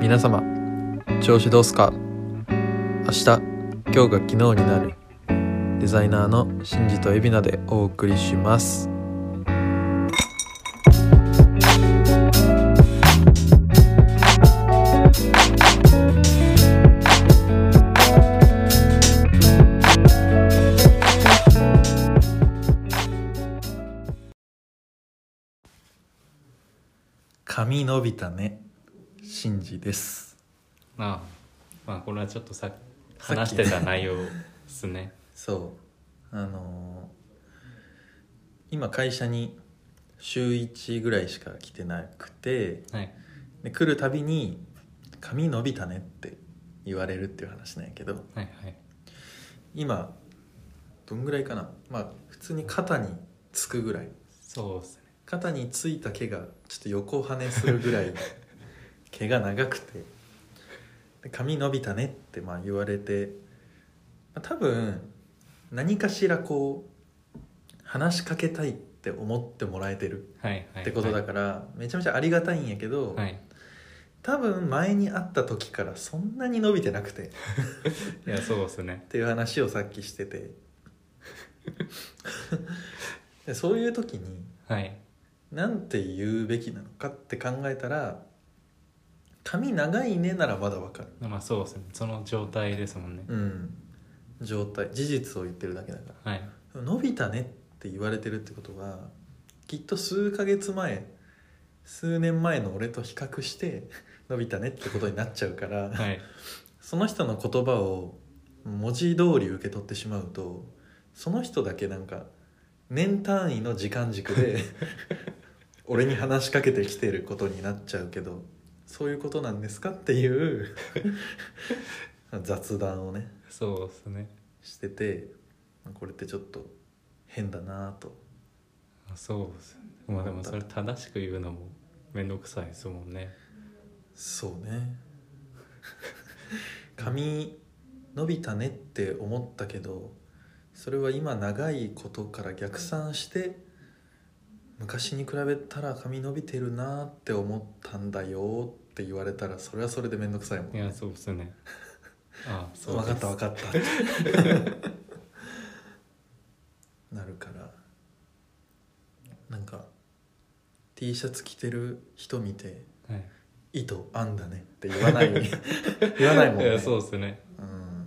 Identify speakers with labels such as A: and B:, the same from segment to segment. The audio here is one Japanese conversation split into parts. A: 皆様調子どうすか明日今日が昨日になるデザイナーのシンジとエビナでお送りします髪伸びたねシンジです
B: ああまあこれはちょっとさ話してた内容ですね
A: そうあのー今会社に週1ぐらいしか来てなくて
B: はい
A: で来るたびに「髪伸びたね」って言われるっていう話なんやけど
B: はいはい
A: 今どんぐらいかなまあ普通に肩につくぐらい
B: そうですね
A: 肩についた毛がちょっと横跳ねするぐらい毛が長くてで髪伸びたねってまあ言われて、まあ、多分何かしらこう話しかけたいって思ってもらえてる
B: はいはいはい
A: ってことだから、めちゃめちゃありがたいんやけど、
B: はい
A: 多分前に会った時からそんなに伸びてなくてっ
B: いやそうですね
A: ていう話をさっきして てでそういう時に
B: はい
A: なんて言うべきなのかって考えたら「髪長いね」ならまだわかる
B: まあそうですねその状態ですもんね、
A: うん状態事実を言ってるだけだか
B: はい
A: ら「伸びたね」って言われてるってことはきっと数ヶ月前数年前の俺と比較して「伸びたね」ってことになっちゃうから
B: はい
A: その人の言葉を文字通り受け取ってしまうとその人だけなんか年単位の時間軸で俺に話しかけてきてることになっちゃうけどそういうことなんですかっていう雑談をね
B: そうですね
A: しててこれってちょっと変だなぁと
B: そうですねまあでもそれ正しく言うのも面倒くさいですもんね
A: そうね髪伸びたねって思ったけどそれは今長いことから逆算して昔に比べたら髪伸びてるなって思ったんだよって言われたらそれはそれで面倒くさいもん
B: いや
A: ね
B: そうですねああそう
A: 分かった分
B: わ
A: かった なるからなんか T シャツ着てる人見て
B: た、はい
A: 糸あんだねって言わない 言わないもん
B: い
A: ね
B: やそうですね
A: うん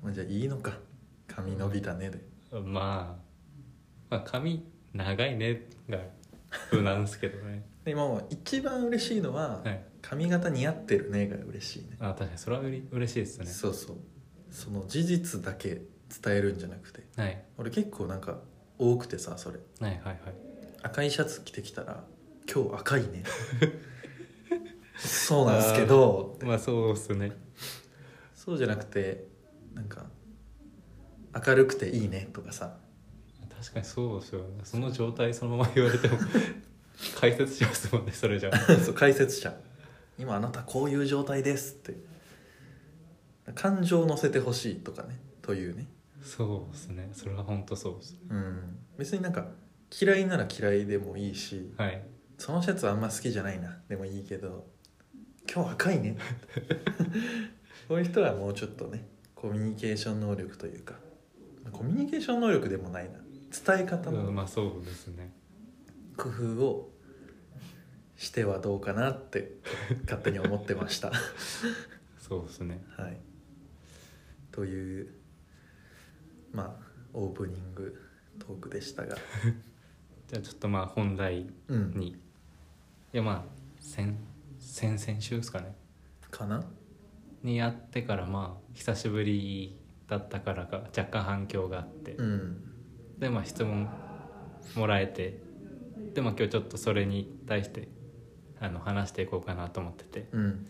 A: まあじゃあいいのか髪伸びたねで
B: まあまあ髪長いねが無難ですけどね
A: でも一番嬉しいのは、
B: はい
A: 髪型似合ってるねが嬉しいね
B: あ確かにそれはうれ嬉しいですね
A: そうそうその事実だけ伝えるんじゃなくて
B: はい
A: 俺結構なんか多くてさそれ
B: はいはいはい
A: 赤いシャツ着てきたら「今日赤い ね」そうなんですけど
B: まあそうっすね
A: そうじゃなくてなんか「明るくていいね」とかさ
B: 確かにそうですよねその状態そのまま言われても 解説しますもんねそれじゃ
A: そう解説者今あなたこういう状態ですって感情を乗せてほしいとかねというね
B: そうですねそれは本当そうです
A: うん別になんか嫌いなら嫌いでもいいし
B: はい
A: そのシャツあんま好きじゃないなでもいいけど今日赤いね こういう人はもうちょっとねコミュニケーション能力というかコミュニケーション能力でもないな伝え方
B: うん
A: の
B: まあそうですね
A: 工夫をしてはどうかなって勝手に思ってました
B: そうですね
A: はい、というまあオープニングトークでしたが、
B: じゃあちょっとまあ本題
A: うん、
B: にいやまあ先先々週ですかね
A: かな
B: にやってからまあ久しぶりだったからか若干反響があって、
A: うん
B: でまあ質問もらえてでまあ今日ちょっとそれに対してあの話していこうかなと思ってて
A: うん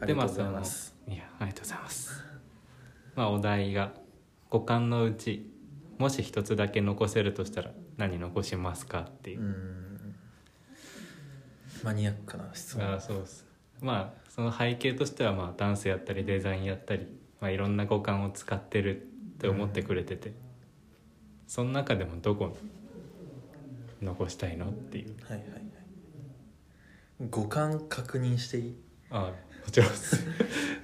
A: あり
B: で
A: がとうござい
B: まあその
A: ます、
B: いやありがとうございますまあお題が五感のうちもし一つだけ残せるとしたら何残しますかっていう
A: う、んマニアックな質
B: あ
A: 問
B: あそうっすまあその背景としてはまあダンスやったりデザインやったり、まあ、いろんな五感を使ってるって思ってくれてて、その中でもどこに残したいのっていう
A: はいはいはい五感確認していい
B: あもちろんです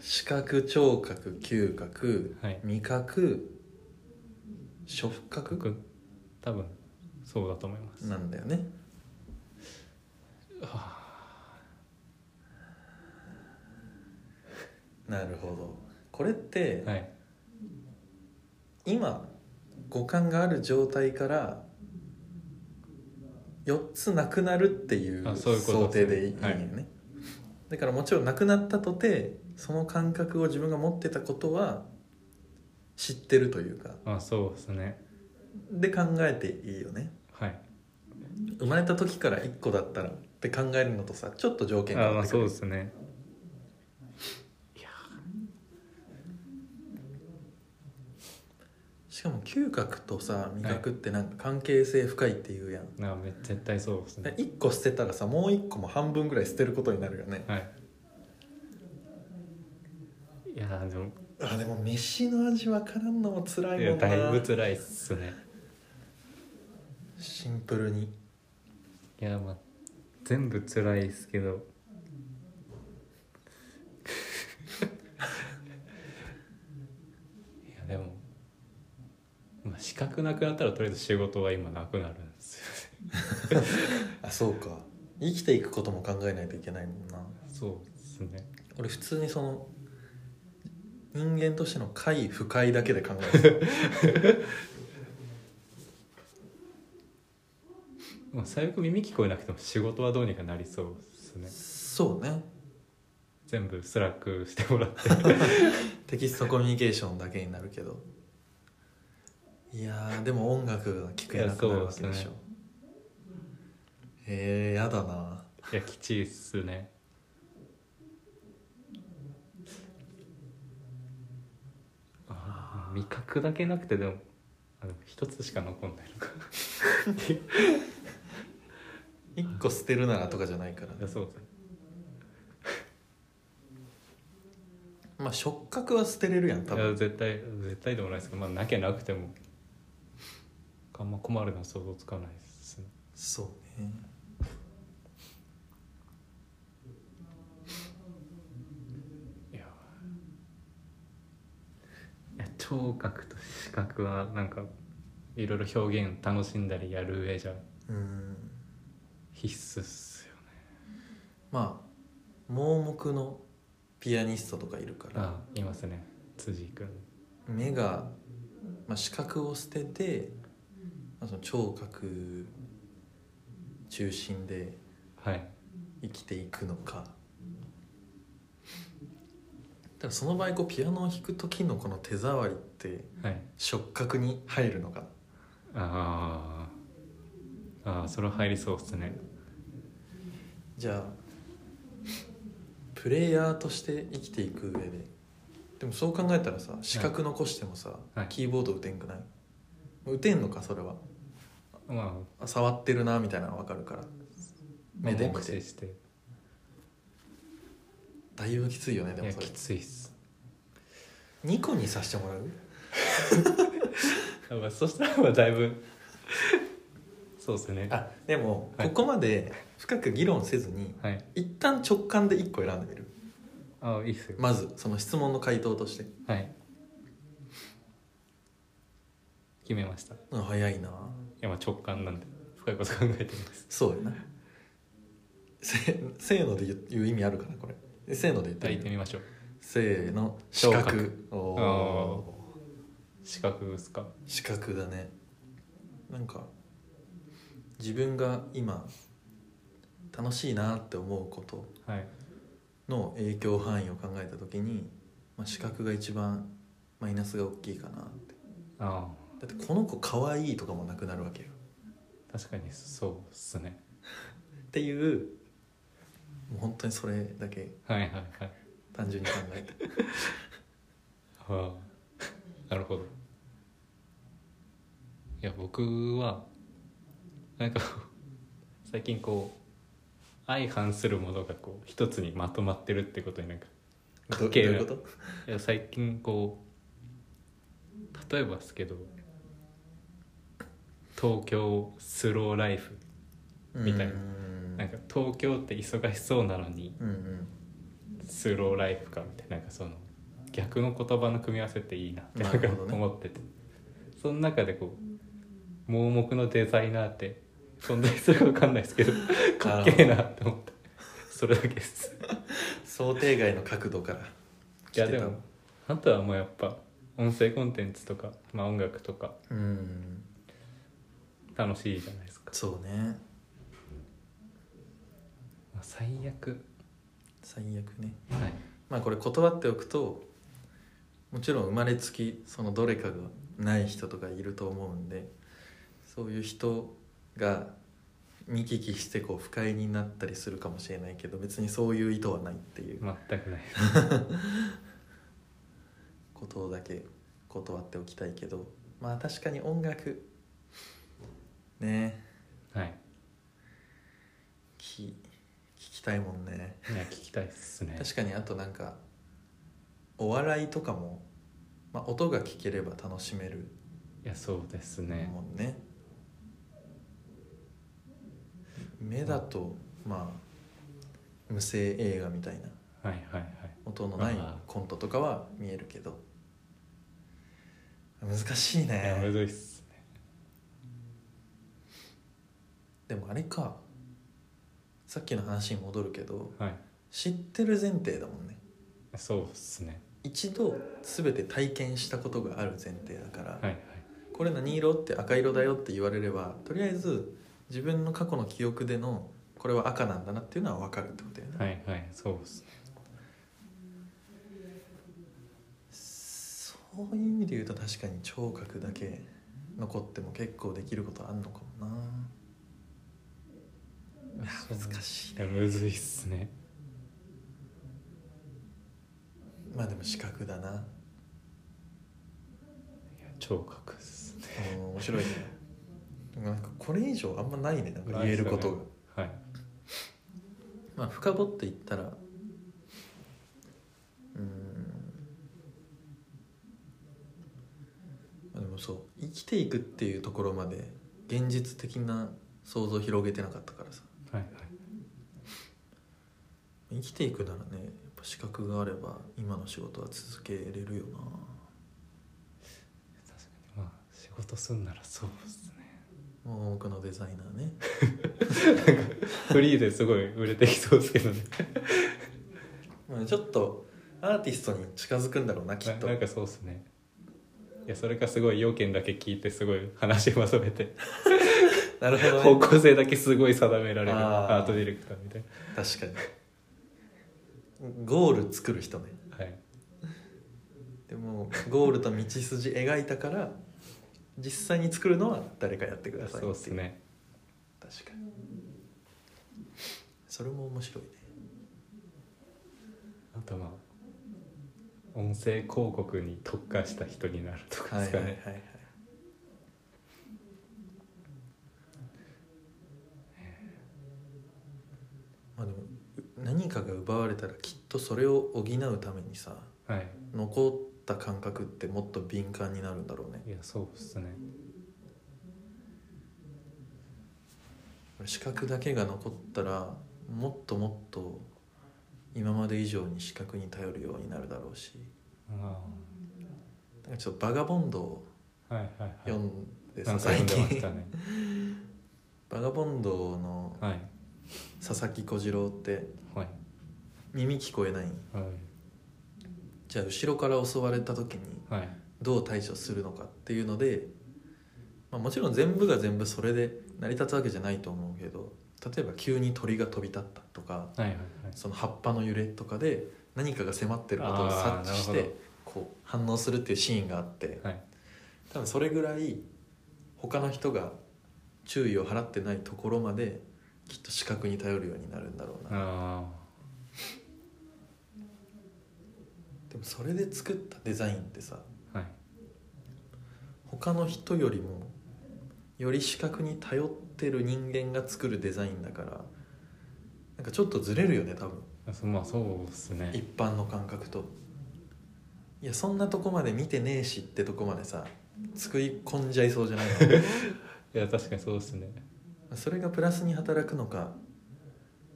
A: 視覚聴覚嗅覚、
B: はい
A: 味覚触覚
B: 僕多分そうだと思います
A: なんだよね なるほどこれって、
B: はい
A: 今五感がある状態から4つなくなるっていう
B: あそういうこと
A: 想定でいい
B: はい
A: いいよねだからもちろんなくなったとてその感覚を自分が持ってたことは知ってるというか
B: あそうですね
A: で考えていいよね
B: はい
A: 生まれた時から1個だったらって考えるのとさちょっと条件
B: あ
A: が変わっ
B: まあ
A: てく
B: そう
A: る
B: ですね
A: しかも嗅覚とさ味覚ってなんか関係性深いっていうやん、
B: あめ絶対そうですね
A: 1個捨てたらさもう1個も半分ぐらい捨てることになるよね、
B: はいいやーでも
A: あでも飯の味わからんのも辛
B: い
A: い
B: や
A: もんな
B: だいぶ辛いっすね
A: シンプルに
B: いやまあ全部辛いっすけど いやでも、まあ、資格なくなったらとりあえず仕事は今なくなるんですよ
A: あそうか生きていくことも考えないといけないもんな
B: そうですね
A: 俺普通にその人間としての快不快だけで考えてる
B: まあ最悪耳聞こえなくても仕事はどうにかなりそうですね
A: そうね
B: 全部スラックしてもら って
A: テキストコミュニケーションだけになるけどいやーでも音楽が聴けなくなるわけで
B: いや
A: し
B: そ
A: ょ
B: う
A: えー、やだない
B: やきちいっすねあー味覚だけなくてでもあでも一つしか残んないのか
A: 1個捨てるならとかじゃないから
B: いや
A: ね
B: そう
A: まあ触覚は捨てれるやん
B: だ
A: 多
B: いや
A: 分
B: 絶対絶対でもないですけどまあなきゃなくてもあんま困るのは想像つかないですね
A: そうね
B: いやいや聴覚と視覚はなんかいろいろ表現楽しんだりやる上じゃ
A: うん
B: 必須っすよね
A: まあ盲目のピアニストとかいるから
B: あいますね辻井君
A: 目が、まあ、視覚を捨てて、まあ、その聴覚中心で
B: はい
A: 生きていくのかただその場合こうピアノを弾く時のこの手触りって
B: はい
A: 触覚に入るのか
B: あーあーそれは入りそうっすね
A: じゃあプレイヤーとして生きていく上ででもそう考えたらさ資格残してもさ、
B: はい
A: キーボード打てんくない打てんのかそれは
B: ま
A: あ触ってるなみたいなの分かるから
B: あ
A: 目で見て
B: 目視して
A: だいぶきついよねで
B: い
A: も
B: や
A: それ
B: きついっす
A: 2個にさしてもらう
B: あまあそしたらまあだいぶ そうっすね
A: あでも、
B: はい
A: ここまで深く議論せずに
B: はい
A: 一旦直感で1個選んでみる
B: ああいいっすよ、
A: まずその質問の回答として
B: はい決めましたい
A: うん早いな
B: やまあ直感なんで深いこと考えて ます
A: そうやなせせーので言う言う意味あるかなこれえせーので言って
B: じゃ
A: み
B: あ行
A: る
B: ってみましょう
A: せーの視
B: 聴
A: 覚
B: 覚
A: お
B: お
A: お
B: 資格ですか
A: 視覚だねなんか自分が今楽しいなって思うこと
B: はい
A: の影響範囲を考えた時に、まあ、視覚が一番マイナスが大きいかなって
B: あ
A: だってこの子可愛いとかもなくなるわけよ
B: あ確かにそうっすね
A: っていうもう本当にそれだけ
B: はいはいはい
A: 単純に考えて
B: は あなるほどいや僕はなんか最近こう相反するものがこう一つにまとまってるってことになんか
A: ど
B: か
A: ど
B: っ
A: う
B: けえ
A: い
B: な
A: うこと
B: いや最近こう例えばですけど東京スローライフみたいな
A: うーん
B: なんか東京って忙しそうなのに
A: うんうん
B: スローライフかみたいななんかその逆の言葉の組み合わせっていいなってなん
A: な
B: か
A: るほどね
B: 思ってて、その中でこう盲目のデザイナーって存在するか分かんないですけどかっけえなって思ってそれだけです
A: 想定外の角度から
B: いやでもあとはもうやっぱ音声コンテンツとか、まあ、音楽とか
A: うん
B: 楽しいじゃないですか、
A: そうね
B: まあ、最悪
A: 最悪ね
B: はい
A: まあこれ断っておくともちろん生まれつきそのどれかがない人とかいると思うんでそういう人が見聞きしてこう不快になったりするかもしれないけど別にそういう意図はないっていう
B: 全くない
A: ことだけ断っておきたいけどまあ確かに音楽ね
B: はい
A: 聞聞きたいもんね
B: いや聞きたいっすね
A: 確かにあとなんかお笑いとかも、まあ、音が聞ければ楽しめる
B: いやそうですね
A: もんね目だとまあ無声映画みたいな
B: はいはいはい
A: 音のない
B: ああ
A: コントとかは見えるけど難しい
B: いやむ
A: ね
B: ずいっすね
A: でもあれかさっきの話に戻るけど
B: はい
A: 知ってる前提だもんね
B: そうっすね
A: 一度全て体験したことがある前提だから、
B: はいはい
A: これ何色って赤色だよって言われればとりあえず自分の過去の記憶でのこれは赤なんだなっていうのは分かるってことだよね、
B: はいはいそうっすね
A: そういう意味で言うと確かに聴覚だけ残っても結構できることあんのかもな
B: そう
A: 難しい
B: いやむずいっすね
A: まあでも視覚だない
B: や聴覚っすね
A: うん面白いね でもなんかこれ以上あんまないねなんか言えることが、
B: はい
A: まあ深掘っていったらうんまあでもそう生きていくっていうところまで現実的な想像を広げてなかったからさ
B: はいはい
A: 生きていくならねやっぱ資格があれば今の仕事は続けれるよな
B: 確かにまあ仕事すんならそうっすね
A: もう多くのデザイナーね
B: フリーですごい売れてきそうですけどね
A: まあちょっとアーティストに近づくんだろうなきっと
B: ななんかそうっすねいやそれかすごい要件だけ聞いてすごい話まとめて
A: なるほど、
B: 方
A: ね、
B: 向性だけすごい定められる
A: あー
B: アートディレクターみたい
A: 確かにゴール作る人ね
B: なはい
A: でもゴールと道筋描いたから実際に作るのは誰かやってくださいって
B: そ
A: いう
B: っすね
A: 確かにそれも面白いね
B: あとまあ音声広告に特化した人になるとかですかね、
A: はいはいはい、はい、まあでもう何かが奪われたらきっとそれを補うためにさ
B: はい、
A: 残った感覚ってもっと敏感になるんだろうね
B: いやそうっすね
A: 視覚だけが残ったらもっともっと今まで以上に視覚に頼るようになるだろうし
B: あ
A: なんかちょっと「バガボンド」を
B: あはいはいはい
A: 読んで
B: な
A: さ
B: んか
A: 最
B: 読んでまし
A: 近
B: たね
A: バガボンドの
B: はい
A: 佐々木小次郎って
B: はい
A: 耳聞こえない
B: はい
A: じゃあ後ろから襲われた時に
B: はい
A: どう対処するのかっていうので、まあ、もちろん全部が全部それで成り立つわけじゃないと思うけど例えば急に鳥が飛び立ったとか
B: はいはい
A: その葉っぱの揺れとかで何かが迫ってることを
B: あー
A: 察知し
B: なるほ
A: てこう反応するっていうシーンがあって
B: はい
A: 多分それぐらい他の人が注意を払ってないところまできっと視覚に頼るようになるんだろうな、
B: あ
A: でもそれで作ったデザインってさ
B: あはい
A: 他の人よりもより視覚に頼ってる人間が作るデザインだからなんかちょっとずれるよね多分
B: あそまあそうっすね
A: 一般の感覚といやそんなとこまで見てねえしってとこまでさ作り込んじゃいそうじゃない
B: いや確かにそうっすね
A: のそれがプラスに働くのか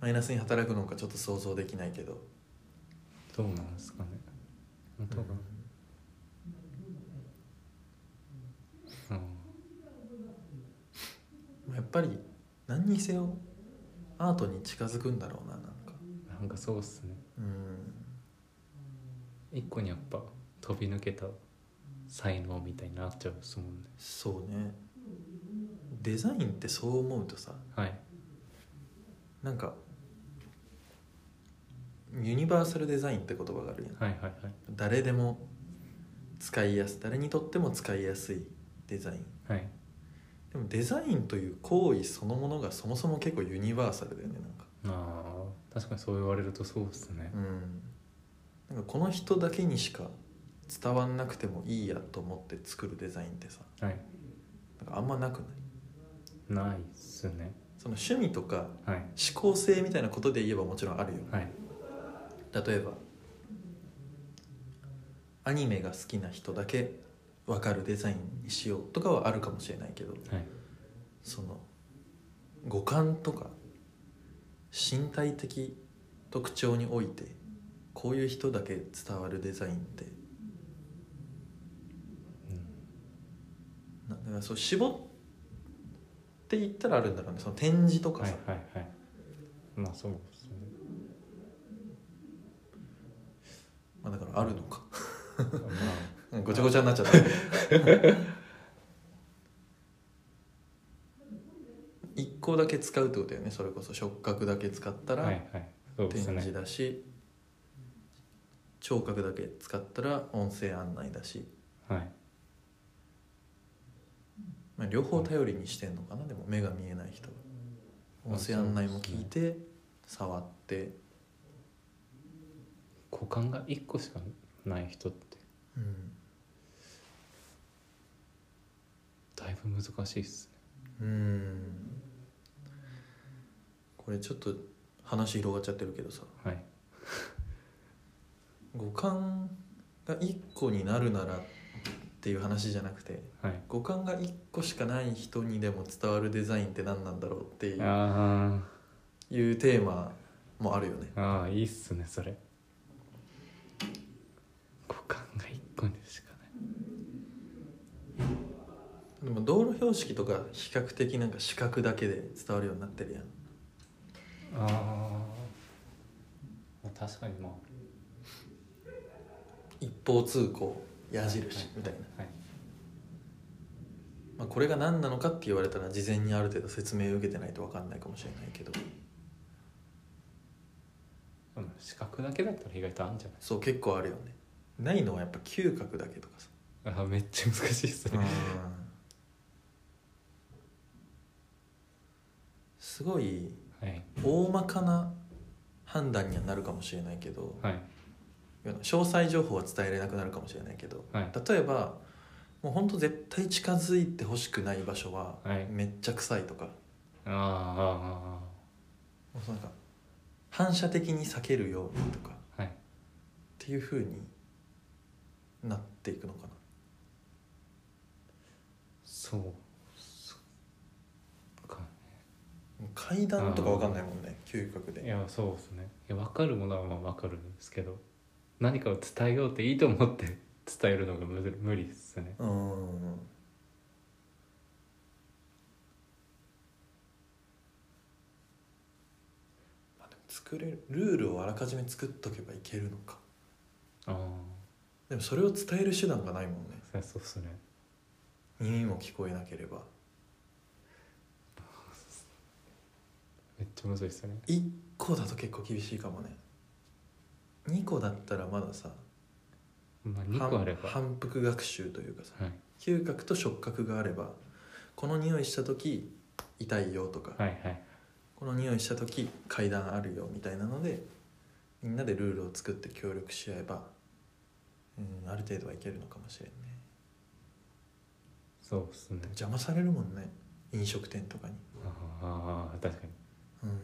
A: マイナスに働くのかちょっと想像できないけど、
B: どうなんですかねどうかな
A: まあやっぱり何にせよアートに近づくんだろうななんか
B: うんなんかそうっすね
A: うん
B: 一個にやっぱ飛び抜けた才能みたいになっちゃうっすもんね
A: そうねデザインってそう思うとさ
B: はい
A: なんかユニバーサルデザインって言葉があるやん
B: はいはいはい
A: 誰でも使いやす誰にとっても使いやすいデザイン
B: はい
A: でもデザインという行為そのものがそもそも結構ユニバーサルだよねなんか
B: あー確かにそう言われるとそうっすね
A: うんなんかこの人だけにしか伝わんなくてもいいやと思って作るデザインってさ
B: はい
A: なんかあんまなくない
B: ないっすね
A: その趣味とか
B: はい
A: 思考性みたいなことで言えばもちろんあるよ
B: はい
A: 例えばアニメが好きな人だけ分かるデザインにしようとかはあるかもしれないけど
B: はい
A: その五感とか身体的特徴においてこういう人だけ伝わるデザインって
B: うん
A: なだからそう絞っていったらあるんだろうねその展示とか
B: はい
A: さ、
B: はいはいまあそうっすね
A: まあ、だからあるのか
B: まあ
A: ごちゃごちゃになっちゃった一個だけ使うってことだよねそれこそ触覚だけ使った
B: は
A: ら
B: いはいそうで
A: 展
B: すね
A: 示だし、聴覚だけ使ったら音声案内だし、
B: はい
A: まあ、両方頼りにしてんのかなでも目が見えない人は音声案内も聞いて、触って、
B: 股間が一個しかない人って
A: うん
B: だいぶ難しいっす
A: うんこれちょっと話広がっちゃってるけどさ
B: ねはい
A: 五感が1個になるならっていう話じゃなくて
B: はい
A: 五感が1個しかない人にでも伝わるデザインって何なんだろうっていう
B: あ
A: いうテーマもあるよね
B: ーあーいいっすねそれ股間が一個にしかない
A: でも道路標識とか比較的なんか視覚だけで伝わるようになってるやん
B: ああ確かにまあ
A: 一方通行矢印みたいな、
B: はい
A: まあ、これが何なのかって言われたら事前にある程度説明を受けてないと分かんないかもしれないけど
B: うん視覚だけだったら意外とあるんじゃ
A: そう結構あるよねないのはやっぱ嗅覚だけとかさ
B: ないあーめっちゃ難しいっすね
A: すごい
B: はい
A: 大まかな判断にはなるかもしれないけど
B: はい
A: 詳細情報は伝えれなくなるかもしれないけど
B: はい
A: 例えばもうほんと絶対近づいてほしくない場所は
B: はい
A: めっちゃ臭いとか、
B: あーあ
A: もうなんか反射的に避けるようにとかっ
B: ーあーはい
A: ていう風になっていくのかな
B: そうそっか
A: もう階段とかわかんないもんね嗅覚
B: い
A: で
B: やそうですねいや分かるものはまあ分かるんですけど何かを伝えようっていいと思って伝えるのがむず無理っすね
A: うんまあでも作れるルールをあらかじめ作っとけばいけるのか
B: ああ
A: でもそれを伝える手段がないもんね
B: そうそうっすね
A: 耳も聞こえなければ
B: めっちゃむずいっすね
A: 1個だと結構厳しいかもね2個だったらまださ
B: まあ2個あればは
A: 反復学習というかさ
B: い
A: 嗅覚と触覚があればこの匂いした時痛いよとか、
B: はいはい
A: この匂いした時階段あるよみたいなのでみんなでルールを作って協力し合えば、うん、ある程度はいけるのかもしれんね
B: そうっすね
A: でも邪魔されるもんね飲食店とかに、
B: ああ確かに
A: うん、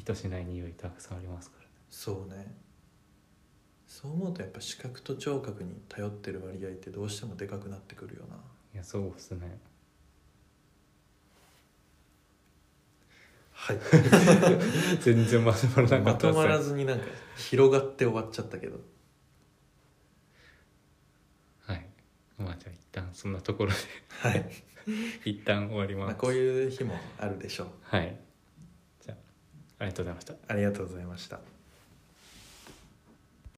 B: 意図しない匂いたくさんありますからね
A: そうねそう思うとやっぱ視覚と聴覚に頼ってる割合ってどうしてもでかくなってくるよない
B: やそうっすね
A: はい
B: 全然まとまらなか
A: ま
B: った
A: と
B: です
A: まらずになんか広がって終わっちゃったけど
B: はいまあじゃあ一旦そんなところで
A: はい、
B: 一旦終わりま
A: ますあ、こういう日もあるでしょう
B: はいじゃあありがとうございました
A: ありがとうございました